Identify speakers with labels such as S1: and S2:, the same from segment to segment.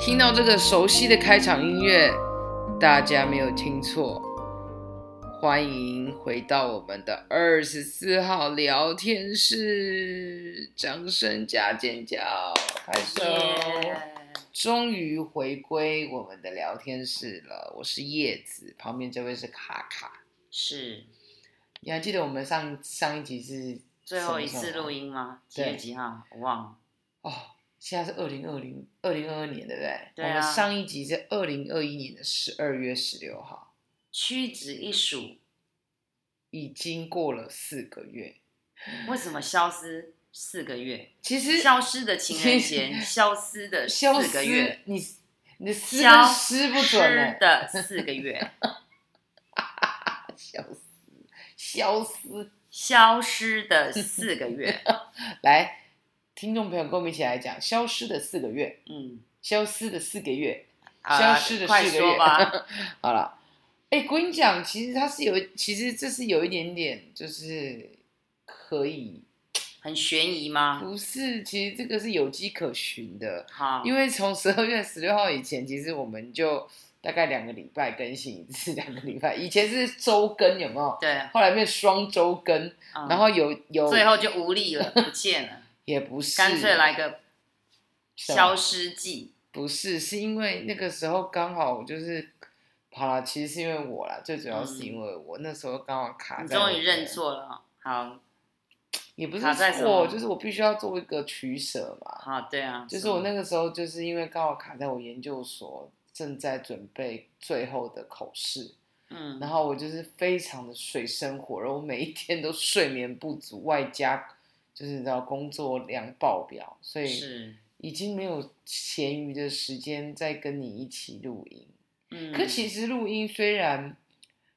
S1: 听到这个熟悉的开场音乐，大家没有听错，欢迎回到我们的二十四号聊天室，掌声加尖叫，拍手。终于回归我们的聊天室了，我是叶子，旁边这位是卡卡。
S2: 是
S1: 你还记得我们上上一集是
S2: 最后一
S1: 什么时
S2: 次
S1: 候吗
S2: 录音吗？几
S1: 对
S2: 月几号？我忘了。
S1: 哦，现在是二零二零二零二二年，对不对？
S2: 对啊
S1: 我们上一集是二零二一年的十二月十六号，
S2: 屈指一数，
S1: 已经过了四个月。
S2: 为什么消失四个月？
S1: 其实
S2: 消失的情人 节，消失的四
S1: 消
S2: 个
S1: 失
S2: 月，
S1: 你你的思
S2: 消
S1: 失不准
S2: 失
S1: 了，
S2: 的四个月，
S1: 消失消失。
S2: 消失的四 个月。
S1: 来，听众朋友跟我们一起来讲消失的四个月，
S2: 嗯，
S1: 消失的四个月，
S2: 好
S1: 消
S2: 啦
S1: 失的
S2: 快
S1: 四个
S2: 说
S1: 月。
S2: 吧。
S1: 好了，哎、我跟你讲，其实它是有，其实这是有一点点，就是可以
S2: 很悬疑吗？
S1: 不是，其实这个是有迹可循的，
S2: 好，
S1: 因为从十二月十六号以前，其实我们就大概两个礼拜更新一次，两个礼拜。以前是周更，有没有？
S2: 对，
S1: 后来变双周更，
S2: 嗯
S1: 然后有有
S2: 最后就无力了，不见了，
S1: 也不是，
S2: 干脆来个
S1: 什么
S2: 消失记。
S1: 不是，是因为那个时候刚好就是。好了，其实是因为我啦，最主要是因为我、那时候刚好卡
S2: 嗯你
S1: 在我的。
S2: 终于认错了哦。好，
S1: 也不是
S2: 卡在什
S1: 错，
S2: 么
S1: 就是我必须要做一个取舍嘛。
S2: 好，对啊，
S1: 就是
S2: 什么
S1: 我那个时候，就是因为刚好卡在我研究所正在准备最后的口试，
S2: 嗯，
S1: 然后我就是非常的水深火热，我每一天都睡眠不足，外加就是你知道工作量爆表，所以
S2: 是，
S1: 已经没有闲余的时间再跟你一起录音。
S2: 嗯，
S1: 可其实录音虽然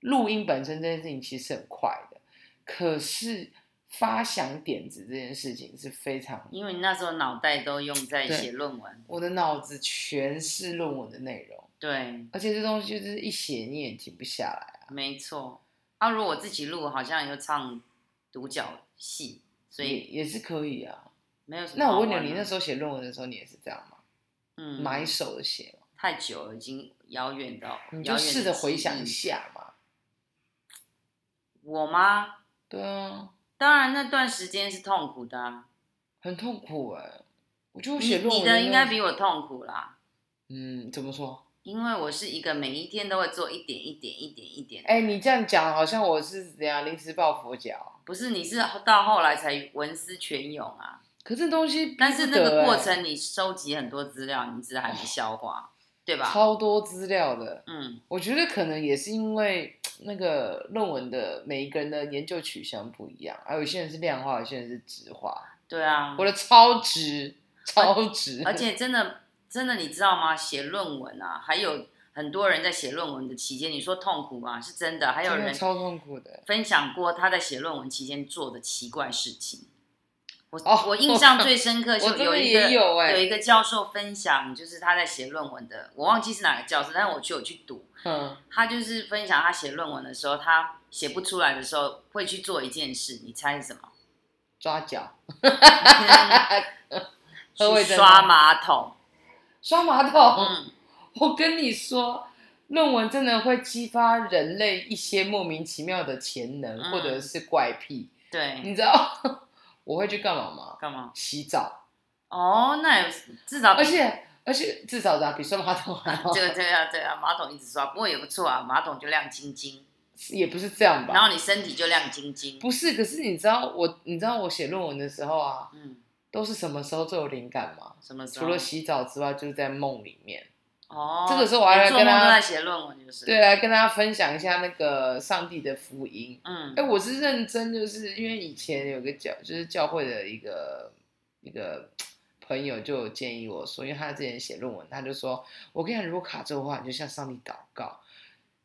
S1: 录音本身这件事情其实很快的，可是发想点子这件事情是非常，
S2: 因为你那时候脑袋都用在
S1: 对
S2: 写论文，
S1: 我的脑子全是论文的内容，
S2: 对，
S1: 而且这东西就是一写你也停不下来啊。
S2: 没错。啊，如果我自己录，好像又唱独角戏，所
S1: 也
S2: 以
S1: 也是可以啊。
S2: 没有什么
S1: 那
S2: 好
S1: 我问
S2: 玩的。
S1: 你，你那时候写论文的时候，你也是这样吗？
S2: 嗯
S1: 埋手的写吗？
S2: 太久了，已经遥远到
S1: 你
S2: 遥
S1: 就
S2: 远
S1: 试着
S2: 的
S1: 回
S2: 记
S1: 想
S2: 忆
S1: 一下嘛。
S2: 我吗？
S1: 对啊，
S2: 当然那段时间是痛苦的啊、
S1: 很痛苦哎、我觉得我
S2: 你
S1: 写论文
S2: 你的应该
S1: 那
S2: 比我痛苦啦，
S1: 嗯，怎么说？
S2: 因为我是一个每一天都会做一点一点一点一点，
S1: 哎、你这样讲好像我是怎样临时抱佛脚。
S2: 不是你是到后来才文思泉涌啊。
S1: 可是东西逼不得欸、
S2: 但是那个过程，你收集很多资料，你只是还没消化，对吧？
S1: 超多资料的，
S2: 嗯，
S1: 我觉得可能也是因为那个论文的每一个人的研究取向不一样，啊，有些人是量化，有些人是质化。
S2: 对啊
S1: 我。的超值，超值，
S2: 而且真的，真的，你知道吗？写论文啊，还有很多人在写论文的期间，你说痛苦吗？是真的。还 有
S1: 真的
S2: 人
S1: 超痛苦的。
S2: 分享过他在写论文期间做的奇怪事情。我、
S1: 哦
S2: 我印象最深刻
S1: 我
S2: 就
S1: 真
S2: 有
S1: 的
S2: 一个
S1: 也有哎
S2: 一个教授分享，就是他在写论文的，我忘记是哪个教授，但是我去有去读，
S1: 嗯，
S2: 他就是分享他写论文的时候，他写不出来的时候会去做一件事，你猜是什 么？
S1: 抓脚，喝味
S2: 去
S1: 噌
S2: 刷
S1: 吗
S2: 马桶。
S1: 刷马桶。
S2: 嗯，
S1: 我跟你说，论文真的会激发人类一些莫名其妙的潜能、
S2: 嗯
S1: 或者是怪癖。
S2: 对，
S1: 你知道 我会去干嘛吗？
S2: 干嘛？
S1: 洗澡。
S2: 哦，那也至少比
S1: 而且而且至少的比刷马桶还好，
S2: 这个 对啊对啊，马桶一直刷，不过也不错啊，马桶就亮晶晶，
S1: 也不是这样
S2: 然
S1: 吧？
S2: 后你身体就亮晶晶。
S1: 不是，可是你知道我，你知道我写论文的时候啊，
S2: 嗯，
S1: 都是什么时候最有灵感吗？
S2: 什么时候？
S1: 除了洗澡之外，就是在梦里面。
S2: 哦，
S1: 这个时候我还来
S2: 连
S1: 跟
S2: 做梦
S1: 他
S2: 都在写论文，就是
S1: 对，，来跟大家分享一下那个上帝的福音。
S2: 嗯
S1: 哎，我是认真，就是因为以前有个教，就是教会的一个一个朋友就有建议我说，因为他之前写论文，他就说，我跟你讲，如果卡住的话，你就向上帝祷告，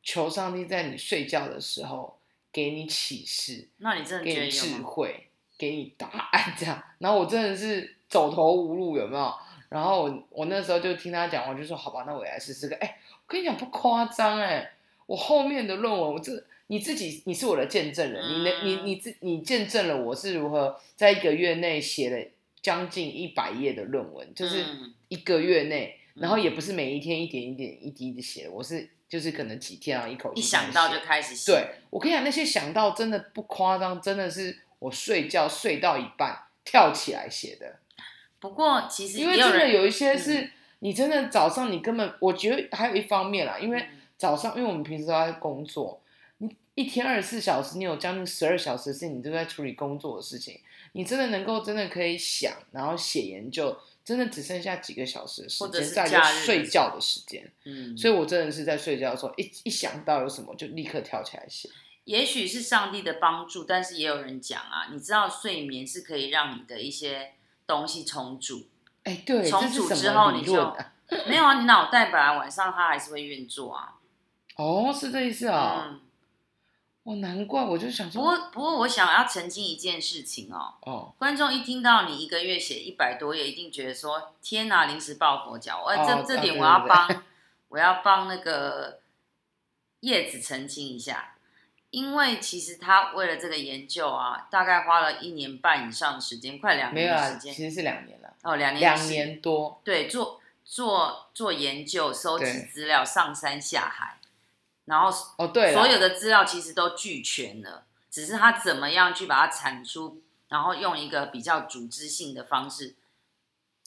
S1: 求上帝在你睡觉的时候给你启示，
S2: 那你真的觉
S1: 给
S2: 得
S1: 你智
S2: 有吗？
S1: 慧，给你答案这样。然后我真的是走投无路，有没有？然后我我那时候就听他讲，我就说好吧，那我也来试试看。哎、我跟你讲不夸张哎，我后面的论文我这。你自己，你是我的见证人，你能，你
S2: 嗯
S1: 你自你见证了我是如何在一个月内写了将近一百页的论文，就是
S2: 嗯
S1: 一个月内，然后也不是每一天一点一点一滴的写，我是就是可能几天啊一口气
S2: 一想到就开始写，
S1: 对我跟你讲，那些想到真的不夸张，真的是我睡觉睡到一半跳起来写的，
S2: 不过其实
S1: 因为
S2: 也有
S1: 真的
S2: 人嗯
S1: 有一些是你真的早上你根本，我觉得还有一方面啦，因为
S2: 嗯
S1: 早上因为我们平时都在工作，你一天二十四小时，你有将近十二小时是你都在处理工作的事情，你真的能够真的可以想，然后写研究，真的只剩下几个小时的时
S2: 或者
S1: 间，
S2: 是
S1: 再就
S2: 假日的
S1: 睡
S2: 时
S1: 觉的时间，
S2: 嗯，
S1: 所以我真的是在睡觉的时候一一想到有什么就立刻跳起来写。
S2: 也许是上帝的帮助，但是也有人讲啊，你知道睡眠是可以让你的一些东西重组，
S1: 哎，对，
S2: 重
S1: 这是
S2: 组
S1: 什
S2: 之
S1: 么
S2: 后
S1: 理
S2: 你
S1: 论
S2: 就
S1: 啊
S2: 没有啊，你脑袋本来晚上它还是会运作啊。
S1: 哦，是这意思啊、
S2: 嗯，
S1: 哦，难怪我就想
S2: 不
S1: 说，
S2: 过不过我想要澄清一件事情哦，
S1: 哦，
S2: 观众一听到你一个月写一百多页，一定觉得说天哪、临时抱佛脚。哎、
S1: 哦
S2: 这
S1: 啊
S2: 这点
S1: 对
S2: 我要
S1: 对对
S2: 帮、 我要帮那个叶子澄清一下，因为其实他为了这个研究啊，大概花了一年半以上的时间，快两
S1: 没
S2: 年
S1: 有
S2: 的时
S1: 啊，
S2: 间
S1: 其。实是两年了，
S2: 哦，两年的
S1: 两
S2: 时
S1: 年多，
S2: 对做做做研究、收集
S1: 对
S2: 资料、上山下海，然后
S1: 哦，对啦
S2: 所有的资料其实都俱全了，只是他怎么样去把它产出，然后用一个比较组织性的方式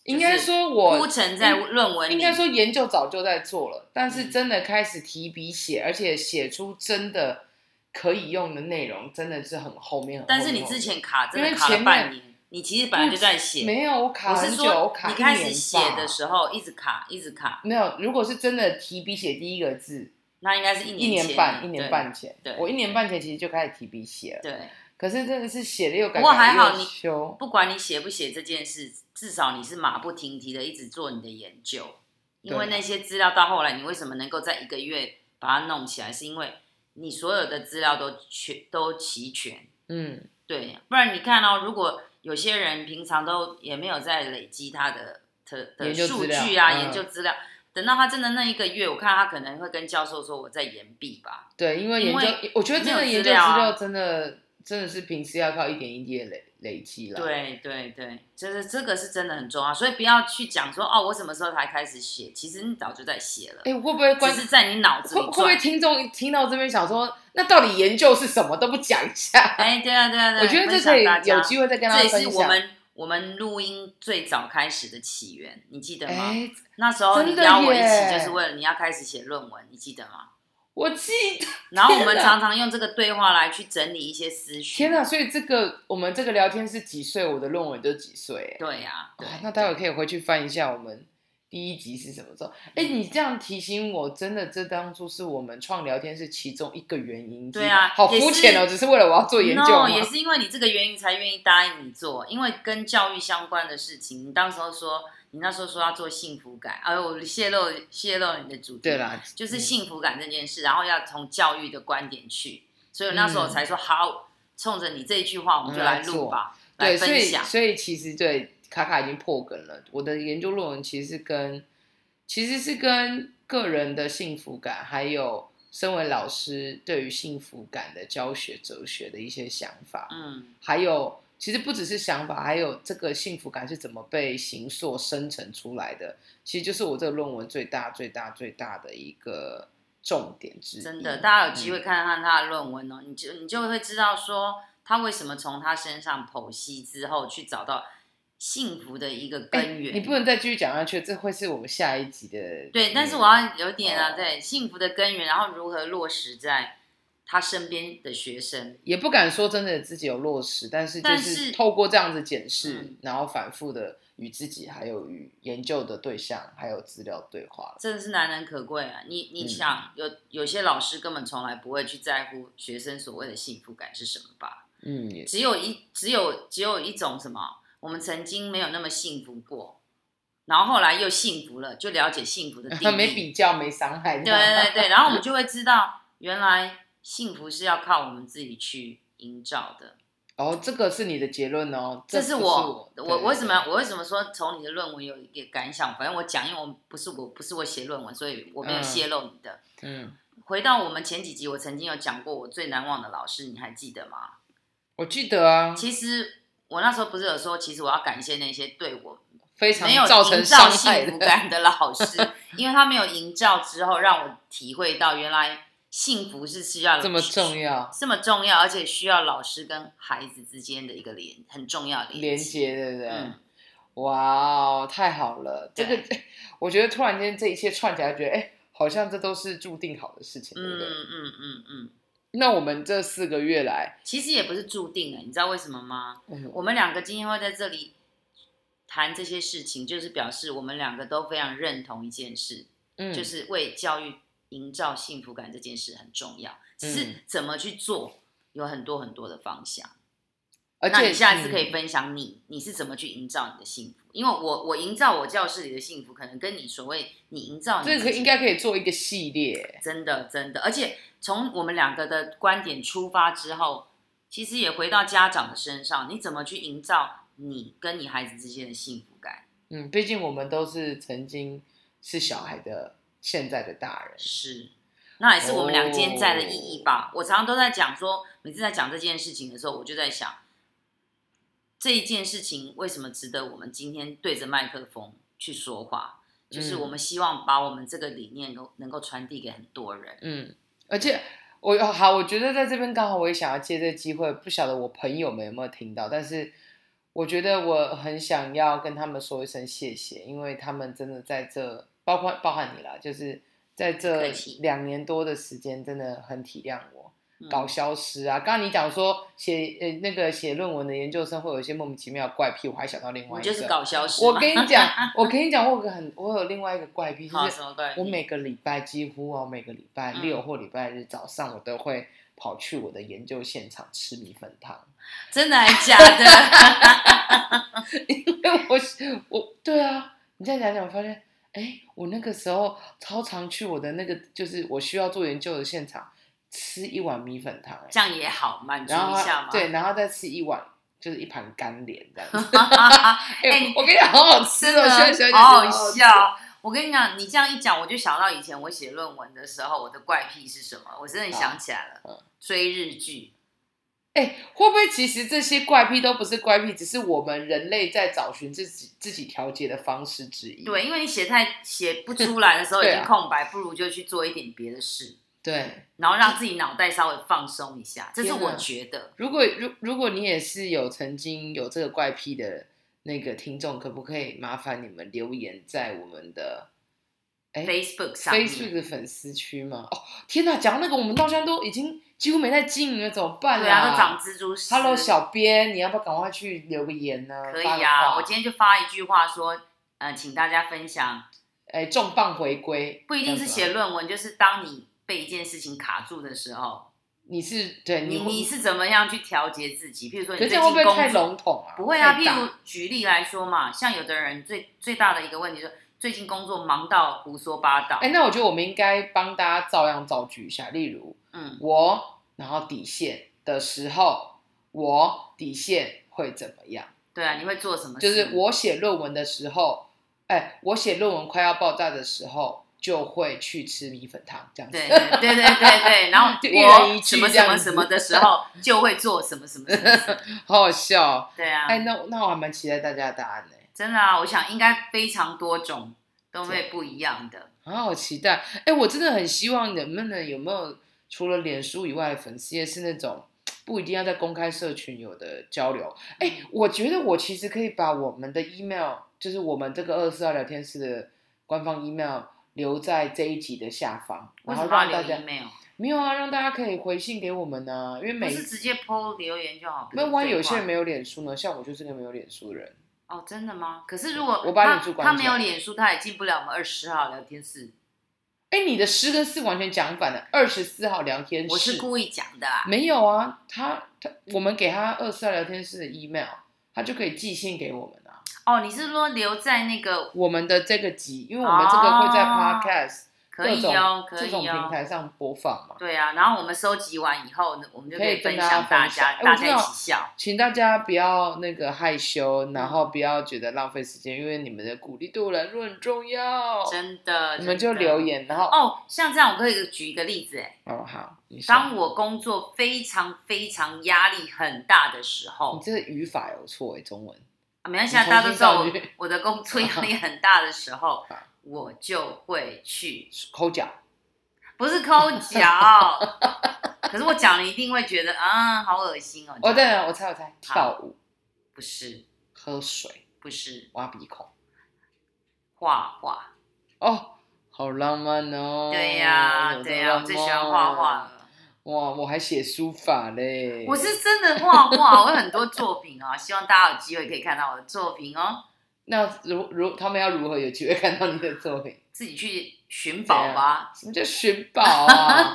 S1: 应该
S2: 是
S1: 说
S2: 铺
S1: 我
S2: 陈在
S1: 应
S2: 论文里。
S1: 应该说研究早就在做了，但是
S2: 嗯
S1: 真的开始提笔写，而且写出真的可以用的内容，真的是很后面。很
S2: 但
S1: 后
S2: 是
S1: 面
S2: 你之前卡真
S1: 因
S2: 的
S1: 为
S2: 卡了
S1: 前
S2: 半
S1: 面
S2: 年，你其实本来就在写。
S1: 没有我卡
S2: 我是
S1: 很久，我
S2: 说
S1: 卡
S2: 你
S1: 一
S2: 开
S1: 年
S2: 始写
S1: 吧
S2: 的时候一直卡，一直卡，
S1: 没有，如果是真的提笔写第一个字，
S2: 那应该是一
S1: 一
S2: 年
S1: 年
S2: 前
S1: 半，一
S2: 对
S1: 年半前
S2: 对，
S1: 我一年半前其实就开始提笔写了，
S2: 对。
S1: 可是真的是写了又改
S2: 不过还好
S1: 改又
S2: 你
S1: 修，
S2: 不管你写不写这件事，至少你是马不停蹄的一直做你的研究，因
S1: 对
S2: 为那些资料到后来，你为什么能够在一个月把它弄起来，是因为你所有的资料都全都齐全，
S1: 嗯，
S2: 对，不然你看哦，如果有些人平常都也没有在累积他的的的
S1: 研究
S2: 数
S1: 资料
S2: 据啊、
S1: 嗯
S2: 研究资料，等到他真的那一个月，我看他可能会跟教授说我在延毕吧，
S1: 对，因为
S2: 因
S1: 研
S2: 为
S1: 究，我觉得真
S2: 没
S1: 的
S2: 有
S1: 研究
S2: 资
S1: 资
S2: 料啊
S1: 料真的真的是平时要靠一点一滴的累累积啦。，
S2: 对对对，就是这个是真的很重要，所以不要去讲说哦，我什么时候才开始写，其实你早就在写了，
S1: 哎，会不会
S2: 只
S1: 关
S2: 是在你脑子
S1: 会
S2: 里
S1: 会不会
S2: 转。
S1: 听众听到这边想说，那到底研究是什么都不讲一下？
S2: 哎，对啊对 啊对啊，
S1: 我觉得
S2: 分
S1: 这
S2: 享
S1: 可以
S2: 大家
S1: 有机会再跟大
S2: 这
S1: 家分
S2: 也是
S1: 享。
S2: 我们我们录音最早开始的起源，你记得吗？
S1: 哎，
S2: 那时候你
S1: 真的
S2: 邀我一起，
S1: 耶
S2: 就是为了你要开始写论文，你记得吗？
S1: 我记得，
S2: 然后我们
S1: 天哪
S2: 常常用这个对话来去整理一些思绪。
S1: 天哪！啊所以这个我们这个聊天是几岁，我的论文就几岁。哎
S2: 对呀、对
S1: 哇，那待会可以回去翻一下我们第一集是什么时候。哎，
S2: 嗯
S1: 你这样提醒我，真的这当初是我们创聊天是其中一个原因之一。
S2: 对啊
S1: 好
S2: 也
S1: 肤
S2: 是
S1: 浅哦，只是为了我要做研究
S2: No，
S1: 吗
S2: 也是因为你这个原因才愿意答应你做，因为跟教育相关的事情，你当时候说，你那时候说要做幸福感，哎、我泄露泄露你的主题，
S1: 对，啦，
S2: 就是
S1: 嗯
S2: 幸福感这件事，然后要从教育的观点去，所以我那时候
S1: 嗯
S2: 才说、好，冲着你这一句话，我们就来录吧，
S1: 嗯
S2: 来
S1: 对，所
S2: 分
S1: 以
S2: 享，
S1: 所以其实对卡卡已经破梗了。我的研究论文其实是跟其实是跟个人的幸福感，还有身为老师对于幸福感的教学哲学的一些想法，
S2: 嗯
S1: 还有其实不只是想法，还有这个幸福感是怎么被形塑生成出来的，其实就是我这个论文最大最大最大的一个重点之一。嗯哎
S2: 真的，大家有机会看看他的论文哦，你就你就会知道说他为什么从他身上剖析之后去找到幸福的一个根源。
S1: 哎你不能再继续讲下去，这会是我们下一集的。
S2: 对，但是
S1: 嗯
S2: 我要有点啊，
S1: 哦
S2: 对幸福的根源，然后如何落实在他身边的学生，
S1: 也不敢说真的自己有落实，但是就
S2: 但是
S1: 是透过这样子检视，
S2: 嗯
S1: 然后反复的与自己，还有与研究的对象，还有资料对话了。
S2: 真的是难能可贵啊！你你
S1: 嗯
S2: 想，有有些老师根本从来不会去在乎学生所谓的幸福感是什么吧？
S1: 嗯，也
S2: 只有一只有只有一种什么，我们曾经没有那么幸福过，然后后来又幸福了，就了解幸福的定 义，
S1: 没比较，没伤害。
S2: 对
S1: 这样
S2: 对对，然后我们就会知道，原来幸福是要靠我们自己去营造的。
S1: 哦，这个是你的结论哦。
S2: 这
S1: 不
S2: 是
S1: 是
S2: 我
S1: 对
S2: 我为什么我为什么说从你的论文有一个感想？反正我讲，因为我不是我不是我写论文，所以我没有
S1: 嗯
S2: 泄露你的。
S1: 嗯，
S2: 回到我们前几集，我曾经有讲过我最难忘的老师，你还记得吗？
S1: 我记得啊，
S2: 其实我那时候不是有说，其实我要感谢那些对我
S1: 非常
S2: 没有
S1: 造
S2: 营
S1: 成
S2: 造
S1: 伤
S2: 幸
S1: 害
S2: 福
S1: 的。
S2: 感的老师，因为他没有营造之后，让我体会到原来幸福是需要
S1: 这么重要，
S2: 这么重要，而且需要老师跟孩子之间的一个连很重要的
S1: 连
S2: 接。
S1: 接对不对？
S2: 嗯
S1: 哇哦，太好了！这个
S2: 对
S1: 我觉得突然间这一切串起来，觉得哎，好像这都是注定好的事情，对不
S2: 嗯
S1: 对？
S2: 嗯嗯嗯，
S1: 那我们这四个月来，
S2: 其实也不是注定欸的，你知道为什么吗？
S1: 哎呦
S2: 我们两个今天会在这里谈这些事情，就是表示我们两个都非常认同一件事，
S1: 嗯，
S2: 就是为教育营造幸福感这件事很重要，只
S1: 嗯
S2: 是怎么去做有很多很多的方向。
S1: 而
S2: 那
S1: 且
S2: 你下次可以
S1: 嗯
S2: 分享你、你是怎么去营造你的幸福？因为我我营造我教室里的幸福，可能跟你所谓你营造你
S1: 这个可
S2: 自
S1: 以
S2: 己
S1: 应该可以做一个系列，
S2: 真的真的，而且从我们两个的观点出发之后，其实也回到家长的身上，你怎么去营造你跟你孩子之间的幸福感？
S1: 嗯，毕竟我们都是曾经是小孩的，现在的大人，
S2: 是，那也是我们俩今天在的意义
S1: 哦
S2: 吧。我常常都在讲说，每次在讲这件事情的时候，我就在想，这一件事情为什么值得我们今天对着麦克风去说话？就是
S1: 嗯
S2: 我们希望把我们这个理念能能够传递给很多人。
S1: 嗯，而且我哦好，我觉得在这边刚好我也想要借这个机会，不晓得我朋友们有没有听到，但是我觉得我很想要跟他们说一声谢谢，因为他们真的在这，包括包含你啦，就是在这
S2: 客气
S1: 两年多的时间，真的很体谅我。
S2: 嗯
S1: 搞消失啊！刚刚你讲说写呃那个写论文的研究生会有一些莫名其妙的怪癖，我还想到另外
S2: 你
S1: 一个。
S2: 就是搞消失嘛。
S1: 我跟你讲，我跟你讲，我有个很我有另外一个怪 癖，就
S2: 好
S1: 是
S2: 什么怪癖？
S1: 我每个礼拜几乎哦，每个礼拜六或礼拜日早上，我都会跑去我的研究现场吃米粉汤，
S2: 真的还假的？
S1: 因为我我对啊，你这样讲讲，我发现，哎，我那个时候超常去我的那个，就是我需要做研究的现场吃一碗米粉汤，哎
S2: 这样也好，满足
S1: 然后
S2: 一下
S1: 它
S2: 嘛。
S1: 对，然后再吃一碗就是一盘干莲这样子。哎、
S2: 哎
S1: 我跟你讲，好好吃
S2: 真
S1: 哦，现在想
S2: 的
S1: 起来
S2: 好
S1: 觉得
S2: 好
S1: 吃
S2: 笑。我跟你讲，你这样一讲，我就想到以前我写论文的时候，我的怪癖是什么？我真的想起来
S1: 嗯
S2: 了，追日剧。
S1: 哎、会不会其实这些怪癖都不是怪癖，只是我们人类在找寻自己自己调节的方式之一？
S2: 对，因为你写太写不出来的时候已
S1: 嗯 对啊
S2: 经空白，不如就去做一点别的事，
S1: 对，
S2: 然后让自己脑袋稍微放松一下。这是
S1: 天哪
S2: 我觉得，
S1: 如果如如果你也是有曾经有这个怪癖的那个听众，可不可以麻烦你们留言在我们的哎
S2: Facebook 上面
S1: Facebook 的粉丝区吗？哦，天哪，讲到那个我们到现在都已经几乎没在经营了，怎么办
S2: 对啊，都长蜘蛛丝。
S1: Hello，小编，你要不要赶快去留个言呢？
S2: 可
S1: 发
S2: 以
S1: 个
S2: 啊，
S1: 话
S2: 我今天就发一句话说，呃，请大家分享
S1: 哎重磅回归，
S2: 不一定是
S1: 这样
S2: 写
S1: 子吗，
S2: 论文，就是当你被一件事情卡住的时候，
S1: 你是对
S2: 你
S1: 会
S2: 你是怎么样去调节自己？譬如说
S1: 可
S2: 你
S1: 是这
S2: 最
S1: 样会
S2: 近
S1: 不会太
S2: 工作
S1: 笼统啊？
S2: 不会啊，
S1: 太
S2: 譬
S1: 大
S2: 如举例来说嘛，像有的人最最大的一个问题就是最近工作忙到胡说八道。
S1: 哎、那我觉得我们应该帮大家照样造句一下，例如
S2: 嗯，
S1: 我，然后底线的时候，我底线会怎么样？
S2: 对啊，你会做什么事？
S1: 就是我写论文的时候，哎、我写论文快要爆炸的时候，就会去吃米粉汤这样子
S2: 对。对对对对对，然 后
S1: 就一人一
S2: 我
S1: 句
S2: 什么
S1: 这
S2: 什
S1: 样
S2: 么
S1: 子
S2: 什么的时候就会做什么什么什么事。
S1: 好好笑哦、
S2: 对啊，
S1: 哎、那那我还蛮期待大家的答案呢、
S2: 真的啊，我想应该非常多种都会不一样的。
S1: 好好期待！哎、我真的很希望能不能有没有除了脸书以外的粉丝页是那种不一定要在公开社群有的交流。哎、
S2: 嗯
S1: 我觉得我其实可以把我们的 email，就是我们这个二四二聊天室的官方 email 留在这一集的下方，
S2: 为
S1: 然
S2: 什
S1: 后
S2: 么要
S1: 让大
S2: 留
S1: 家
S2: email？
S1: 没有啊，让大家可以回信给我们呢、因为
S2: 不
S1: 每
S2: 是直接 PO 留言就好？
S1: 那万一有些
S2: 些
S1: 人没有脸书呢，像我就是个没有脸书的人。
S2: 哦，真的吗？可是如果
S1: 我把
S2: 他
S1: 脸书关
S2: 他
S1: 起
S2: 没
S1: 来
S2: 有脸书，他也进不了我们二十号聊天室。
S1: 哎、你的诗跟四完全讲反了。二十四号聊天室，
S2: 我是故意讲的啊。
S1: 没有啊，他他我们给他二四二聊天室的 email，他就可以寄信给我们啊。
S2: 哦，你是说留在那个
S1: 我们的这个集，因为我们这个会在
S2: 哦
S1: podcast、
S2: 可
S1: 各
S2: 以
S1: 种、
S2: 哦，可
S1: 这种
S2: 以
S1: 平
S2: 哦。
S1: 台上播放嘛，
S2: 对啊，然后我们收集完以后呢，我们就
S1: 可以
S2: 分
S1: 跟大家
S2: 享大
S1: 分享
S2: 家，
S1: 哎
S2: 大
S1: 我知
S2: 家一
S1: 道
S2: 起笑。
S1: 请大家不要那个害羞，然后不要觉得浪费时间，因为你们的鼓励对我来说很重要。
S2: 真的，
S1: 哦你们
S2: 真
S1: 就
S2: 的
S1: 留。言，然后哦
S2: 哦，像这样我可以举一个例子，哎，
S1: 好，你说
S2: 当我工作非常非常压力很大的时
S1: 你
S2: 候，
S1: 这个语法有错哎，中文
S2: 啊，没关系，
S1: 你
S2: 啊，
S1: 重
S2: 大家都
S1: 新
S2: 知道
S1: 上
S2: 我
S1: 去
S2: 我的工 作压力很大的时候
S1: 啊，
S2: 我就会去，
S1: 抠脚。
S2: 不是抠脚， 可是我讲了一定会觉得啊，好恶心哦。
S1: 哦，对了，我猜我猜，跳舞、
S2: 不是
S1: 喝水、
S2: 不是
S1: 挖鼻孔。
S2: 画画，
S1: 哦，好浪漫哦！
S2: 对呀、
S1: 有多哦
S2: 对呀、
S1: 浪
S2: 我最喜欢画画
S1: 漫。
S2: 了。
S1: 哇，我还写书法嘞！
S2: 我是真的画画，我有很多作品哦， 希望大家有机会可以看到我的作品哦，
S1: 那如如他们要如何有机会看到你的作 品？
S2: 自己去寻宝吧。
S1: 什么叫寻宝 啊？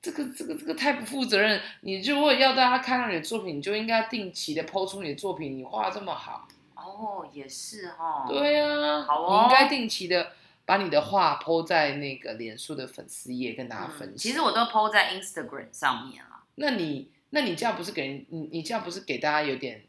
S1: 这个这个这个太不负责任！你如果要大家看到你的作品，你就应该定期的抛出你的作品。你画得这么好，
S2: 哦，也是哦。
S1: 啊对啊，
S2: 好哦
S1: 你应该定期的把你的画抛在那个脸书的粉丝页跟大家分享。
S2: 嗯，其实我都 PO 在 Instagram 上面啊了。
S1: 那你那你这样不是给人你你这样不是给大家有点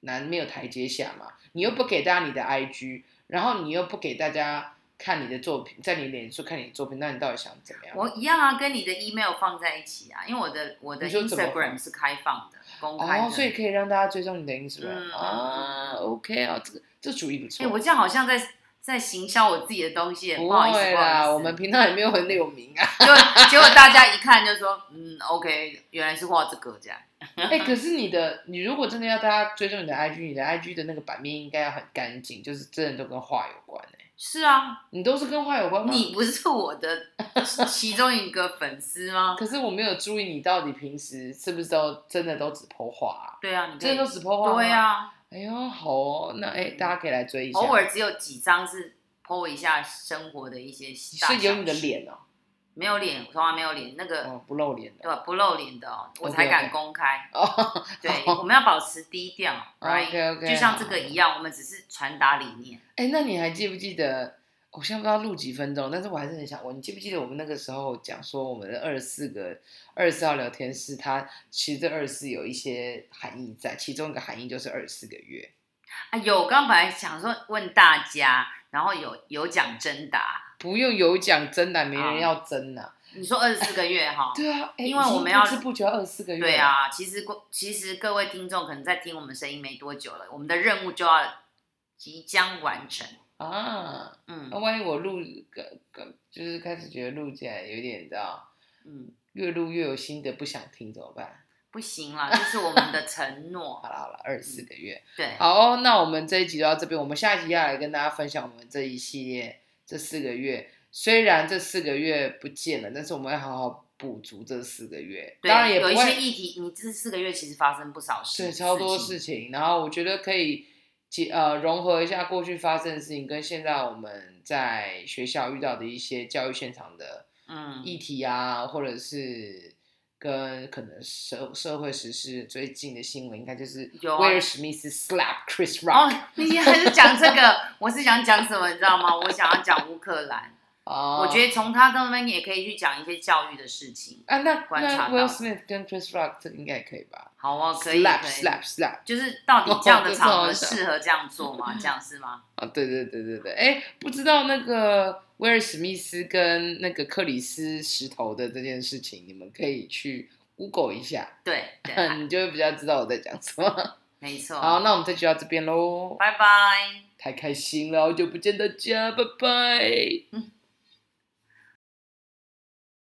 S1: 难没有台阶下嘛？你又不给大家你的 IG，然后你又不给大家看你的作品，在你脸书看你的作品，那你到底想怎么样？
S2: 我一样啊，跟你的 email 放在一起啊，因为我的我的
S1: 你说怎么
S2: Instagram 是开放的，公开的。
S1: 哦，所以可以让大家追踪你的 Instagram、
S2: 嗯
S1: 啊，OK 啊，这个这主意不
S2: 哎、
S1: 错。
S2: 我这样好像在在行销我自己的东西，
S1: 不
S2: 好意思，
S1: 会
S2: 不好意
S1: 啦，
S2: 思。
S1: 我们平常也没有很有名 啊。
S2: 结果结果大家一看就说，嗯，OK，原来是画这个这样。
S1: 哎、可是你的，你如果真的要大家追踪你的 IG，你的 IG 的那个版面应该要很干净，就是真的都跟画有关、欸、
S2: 是啊，
S1: 你都是跟画有关吗？
S2: 你不是我的其中一个粉丝吗？
S1: 可是我没有注意你到底平时是不是都真的都只 po 画、啊，
S2: 对啊，你可
S1: 真
S2: 以
S1: 的都只 po 画、
S2: 对
S1: 啊，
S2: 啊，
S1: 哎呦，好哦，那哎、大家可以来追一下。
S2: 偶尔只有几张是 PO 一下生活的一些大
S1: 是有你的
S2: 小事，
S1: 脸哦，
S2: 没有脸，我从来没有脸，那个、
S1: 哦，不露脸的。
S2: 对吧？不露脸的哦，我才
S1: OK，OK
S2: 敢公开。
S1: 哦，
S2: 对，我们要保持低调，right？
S1: OK，OK，
S2: 就像这个一样，我们只是传达理念。
S1: 哎、那你还记不记得？我现在不知道录几分钟，但是我还是很想问，你记不记得我们那个时候讲说，我们的二十四个二十四号聊天室，它其实这二十四有一些含义在，其中一个含义就是二十四个月。
S2: 啊，有，我刚本来想说问大家，然后有有奖征答，
S1: 不用有奖真的，没人要争呐、啊。
S2: 你说二十四个月哈
S1: 对啊，哎
S2: 啊因为
S1: 已经
S2: 我们要
S1: 不知不觉二十四个月。
S2: 对，啊，其实过其实各位听众可能在听我们声音没多久了，我们的任务就要即将完成。
S1: 啊，
S2: 嗯
S1: 那万一我录个个，就是开始觉得录起来有点，你知道，
S2: 嗯，
S1: 越录越有心得，不想听怎么办？
S2: 不行啦，这是我们的承诺。
S1: 好了好了，二十
S2: 嗯
S1: 四个月。
S2: 对，
S1: 好哦、那我们这一集就到这边，我们下一集要来跟大家分享我们这一系列这四个月。虽然这四个月不见了，但是我们要好好补足这四个月。
S2: 对
S1: 当然也不
S2: 有一些
S1: 会
S2: 议题，你这四个月其实发生不少事，
S1: 对超多
S2: 情
S1: 事情，然后我觉得可以结呃融合一下过去发生的事情，跟现在我们在学校遇到的一些教育现场的
S2: 嗯，
S1: 议题啊，或者是跟可能社社会时事最近的新闻，应该就是
S2: 有啊
S1: 威尔史密斯 slap Chris
S2: 哦
S1: Rock。，
S2: 你还是讲这个，我是想讲什么，你知道吗？我想要讲乌克兰，
S1: 哦
S2: 我觉得从他那边也可以去讲一些教育的事情。
S1: 啊，那
S2: 观
S1: 那
S2: 察到
S1: Will Smith 跟 Chris Rock 这个应该也可以吧
S2: 好哦，可以
S1: ？slap
S2: 可以
S1: slap slap
S2: 就是到底这样的场
S1: 哦
S2: 合
S1: 这是好笑
S2: 适合这样做吗？这样是吗？
S1: 啊，对对对对对，哎，不知道那个威尔史密斯跟那个克里斯石头的这件事情，你们可以去 Google 一下，嗯
S2: 对对，
S1: 你就会比较知道我在讲什么。
S2: 没错。
S1: 好，那我们这集到这边喽，
S2: 拜拜。
S1: 太开心了，好久不见大家，拜拜。
S2: 嗯